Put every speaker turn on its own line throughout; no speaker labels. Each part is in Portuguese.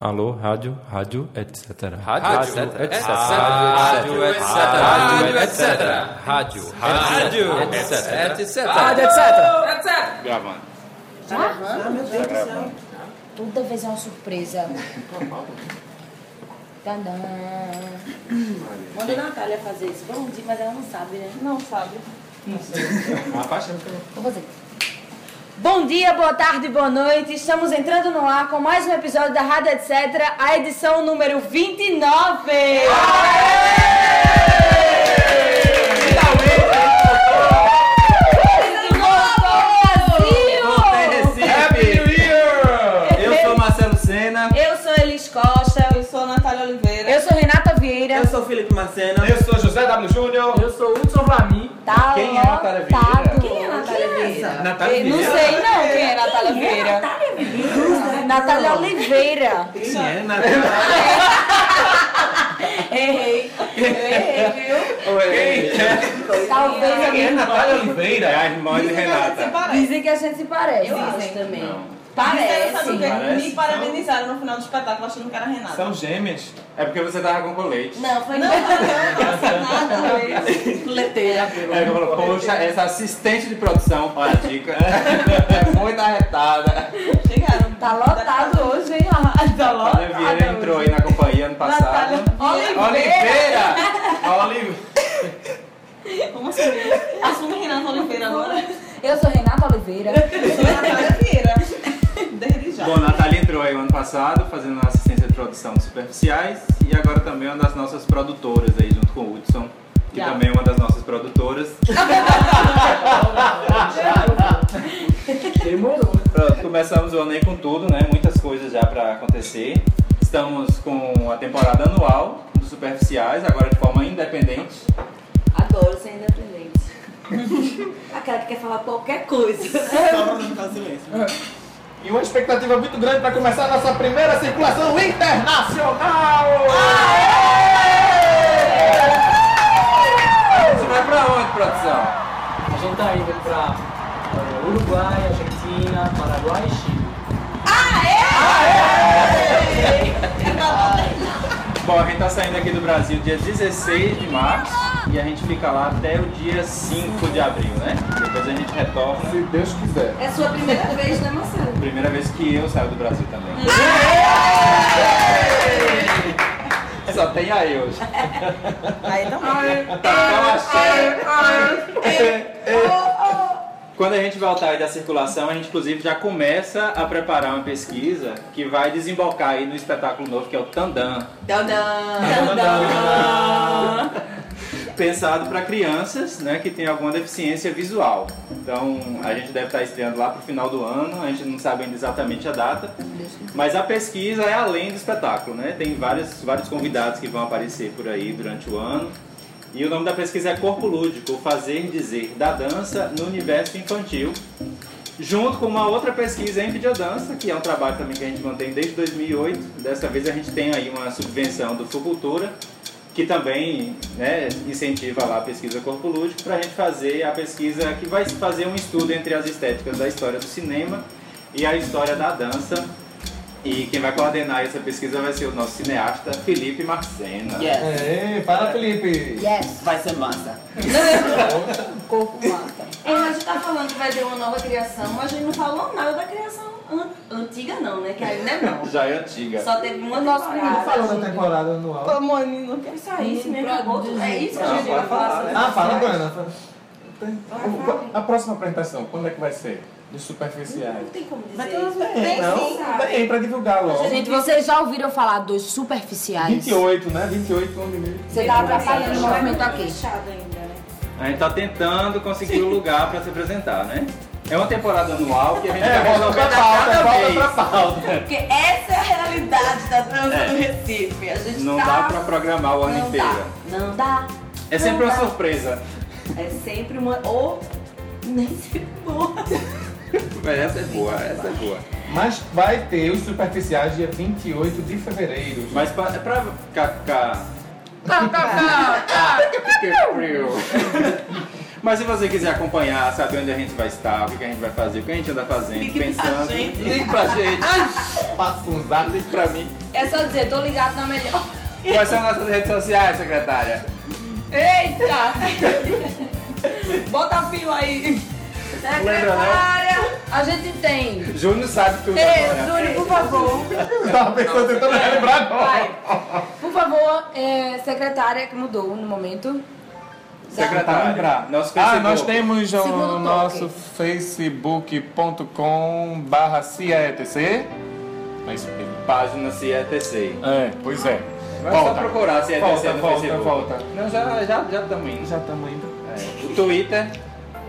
Alô, rádio, rádio, etc.
Rádio, etc.
etc.
Rádio, etc. Rádio, etc. Rádio, rádio, etc. etc. Rádio, etc.
Gravando.
Toda vez é uma surpresa. Tadã.
Manda a Natália fazer isso. Vamos dizer, mas ela não sabe, né?
Não sabe.
Vou fazer. Bom dia, boa tarde, boa noite. Estamos entrando no ar com mais um episódio da Rádio Etc, a edição número 29. Voltou, Brasil!
Eu sou Marcelo Senna.
Eu sou Elis Costa.
Eu sou a Natália Oliveira.
Eu sou Renata Vieira.
Eu sou Felipe Marcena.
Eu sou José W. Júnior.
Eu sou Hudson Vlamin.
Tá
Quem é a Natália Vieira?
lotado.
Quem é a Natália Vieira?
Natália
Não
Vieira.
sei não quem é Natália Vieira. Natália Oliveira.
Quem é Natália?
Errei.
Quem é?
Talvez a
Quem é
minha irmã.
Natália Oliveira?
É a irmã de Renata.
Dizem que a gente se parece.
Eu acho também.
Parece.
Parece.
Me parabenizaram no final do espetáculo achando que era Renata.
São gêmeas.
É porque você tava com colete.
Não, foi
Não, não, não, não, nada.
Leteira, viu?
Aí eu falo, poxa, essa assistente de produção, olha a dica, é muito arretada.
Chegaram.
Tá lotado hoje, hein?
Tá
A
lotado.
Ana Vieira entrou aí na companhia ano passado.
Natália Oliveira.
Oliveira! A Oliveira!
Como assim? Assume Renata Oliveira agora.
Eu sou Renata Oliveira.
Eu sou a Natália Vieira. Desde já.
Bom, a Natália entrou aí ano passado, fazendo assistência de produção de superficiais e agora também é uma das nossas produtoras aí, junto com o Hudson, que
Já.
também é uma das nossas produtoras. Pronto, começamos o ano aí com tudo, né? Muitas coisas já pra acontecer. Estamos com a temporada anual dos superficiais, agora de forma independente.
Adoro ser independente. Aquela que quer falar qualquer coisa.
E uma expectativa muito grande para começar a nossa primeira circulação internacional! Você vai pra onde, produção?
A gente tá indo pra eh, Uruguai, Argentina, Paraguai e Chile.
Bom, a gente tá saindo aqui do Brasil dia 16 de março e a gente fica lá até o dia 5 de abril, né? Depois a gente retorna.
Se Deus quiser.
É sua primeira vez, né, Marcelo?
Primeira vez que eu saio do Brasil também. Só tem a eu.
Aí também.
Tá tão achando. Quando a gente voltar aí da circulação, a gente inclusive já começa a preparar uma pesquisa que vai desembocar aí no espetáculo novo que é o Tandam.
Ah.
Pensado para crianças né, que tem alguma deficiência visual. Então a gente deve estar estreando lá pro final do ano, a gente não sabe ainda exatamente a data. Mas a pesquisa é além do espetáculo, né? Tem vários, vários convidados que vão aparecer por aí durante o ano. E o nome da pesquisa é Corpo Lúdico, o fazer dizer da dança no universo infantil, junto com uma outra pesquisa em videodança, que é um trabalho também que a gente mantém desde 2008. Dessa vez a gente tem aí uma subvenção do Fucultura, que também né, incentiva lá a pesquisa Corpo Lúdico, para a gente fazer a pesquisa que vai fazer um estudo entre as estéticas da história do cinema e a história da dança. E quem vai coordenar essa pesquisa vai ser o nosso cineasta Felipe Marcena.
É, fala, Felipe.
Yes.
Vai ser massa.
Corpo mata.
A gente tá falando que vai ter uma nova criação, mas a gente não falou nada da criação an- antiga, não, né? Que ainda é nova.
Já é antiga.
Só teve uma
Nosso
temporada.
Falou na temporada anual.
Pô, menino, que
Só isso mesmo, acabou. tudo. É isso que a gente
Não,
vai
pode falar,
falar.
né?
sobre
Ah, fala,
isso.
Brana. A próxima apresentação, quando é que vai ser? De superficiais.
Não tem Tá como dizer.
Mas
isso.
tem
É,
tem sim.
Bem, pra divulgar logo.
Gente, vocês já ouviram falar dos superficiais?
28, né? 28, um de mil.
Você tá atrapalhando o movimento aqui.
Fechado ainda, né?
A gente tá tentando conseguir um lugar pra se apresentar, né? É uma temporada anual que a gente
É,
vai
volta
resolver
pra
a
pauta,
cada
volta
vez.
pra pauta.
Porque essa é a realidade da dança do Recife. A gente
É. Não
tá...
dá pra programar o ano
Não
inteiro.
dá. Não dá.
É sempre uma
Não dá.
surpresa.
É sempre uma. Ou. Nem sempre boa.
Mas essa é boa, essa é boa.
Mas vai ter os superficiais dia 28 de fevereiro.
Mas pra, é pra ficar- ficar-
Tá, tá, tá.
ficar frio. Mas se você quiser acompanhar, saber onde a gente vai estar, o que que a gente vai fazer, o que a gente anda fazendo,
Ligue pra
pensando,
gente.
ligue pra gente,
Passa uns dados.
ligue pra mim.
É só dizer, tô ligado na melhor.
Quais são nossas redes sociais, secretária?
Eita!
Bota a fila aí.
é
Lembra, não?
Secretária! A gente tem.
Júnior sabe tudo
Ei,
agora.
Júlio, por favor.
Tava Tá pensando, tentando relembrar
Vai.
agora.
Por favor, é, secretária, que mudou no momento.
Secretária, nosso Facebook.
Ah, nós temos
Segundo
o
toque.
nosso facebook.com barra CIETC. É isso mesmo.
Página CETC.
É, pois é.
Vai só
Volta.
procurar CETC
Volta,
no
volta,
Facebook.
volta.
Não, já estamos já, tamo indo.
Já estamos indo.
É, O Twitter,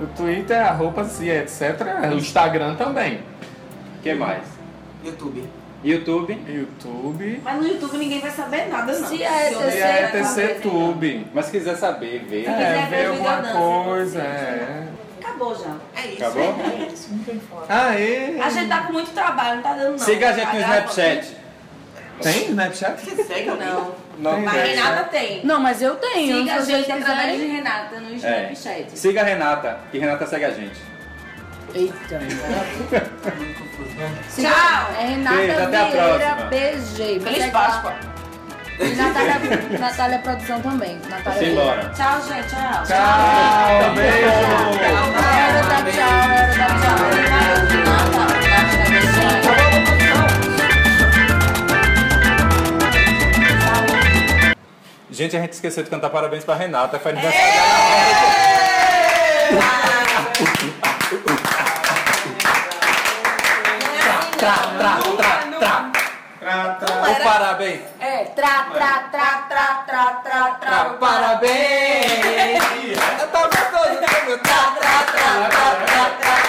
O Twitter é arroba CIETC, o Instagram também.
o que mais?
YouTube.
YouTube.
YouTube.
Mas no YouTube ninguém vai saber nada, não.
Se é
eu
SC,
sei, vai
CIETC
saber.
Tube.
Mas se quiser saber, ver.
ver
É, ver
o
alguma
vídeo,
coisa.
dança,
é.
Acabou já. É isso.
Acabou?
Aê!
A gente tá com muito trabalho, não tá dando não.
Siga a gente no
Cada-
Snapchat.
Tem Snapchat?
Você segue alguém?
Não.
Não
Tem
Mas
tem.
Renata tem.
Não, mas eu tenho.
Siga a
se vocês
gente através de
quiserem.
Renata no
É.
Snapchat.
Siga a Renata, que Renata segue a gente.
Eita.
Tchau.
É Renata
Beijo, até a
Vieira
próxima.
BG.
Feliz
Segue
Páscoa.
lá. E é Natália, Natália é Produção também. Natália
Simbora.
Vieira.
Tchau, gente. Tchau.
Tchau, beijo!
Era da tchau, era da tchau.
Gente, a gente esqueceu de cantar parabéns pra Renata, foi aniversário
Tra, tra.
dela. Parabéns!
É, tra, tra, tra, tra, tra, tra, tra.
Parabéns!
Eu tava todo mundo. Tá, tá, tá, tá, tá, tá.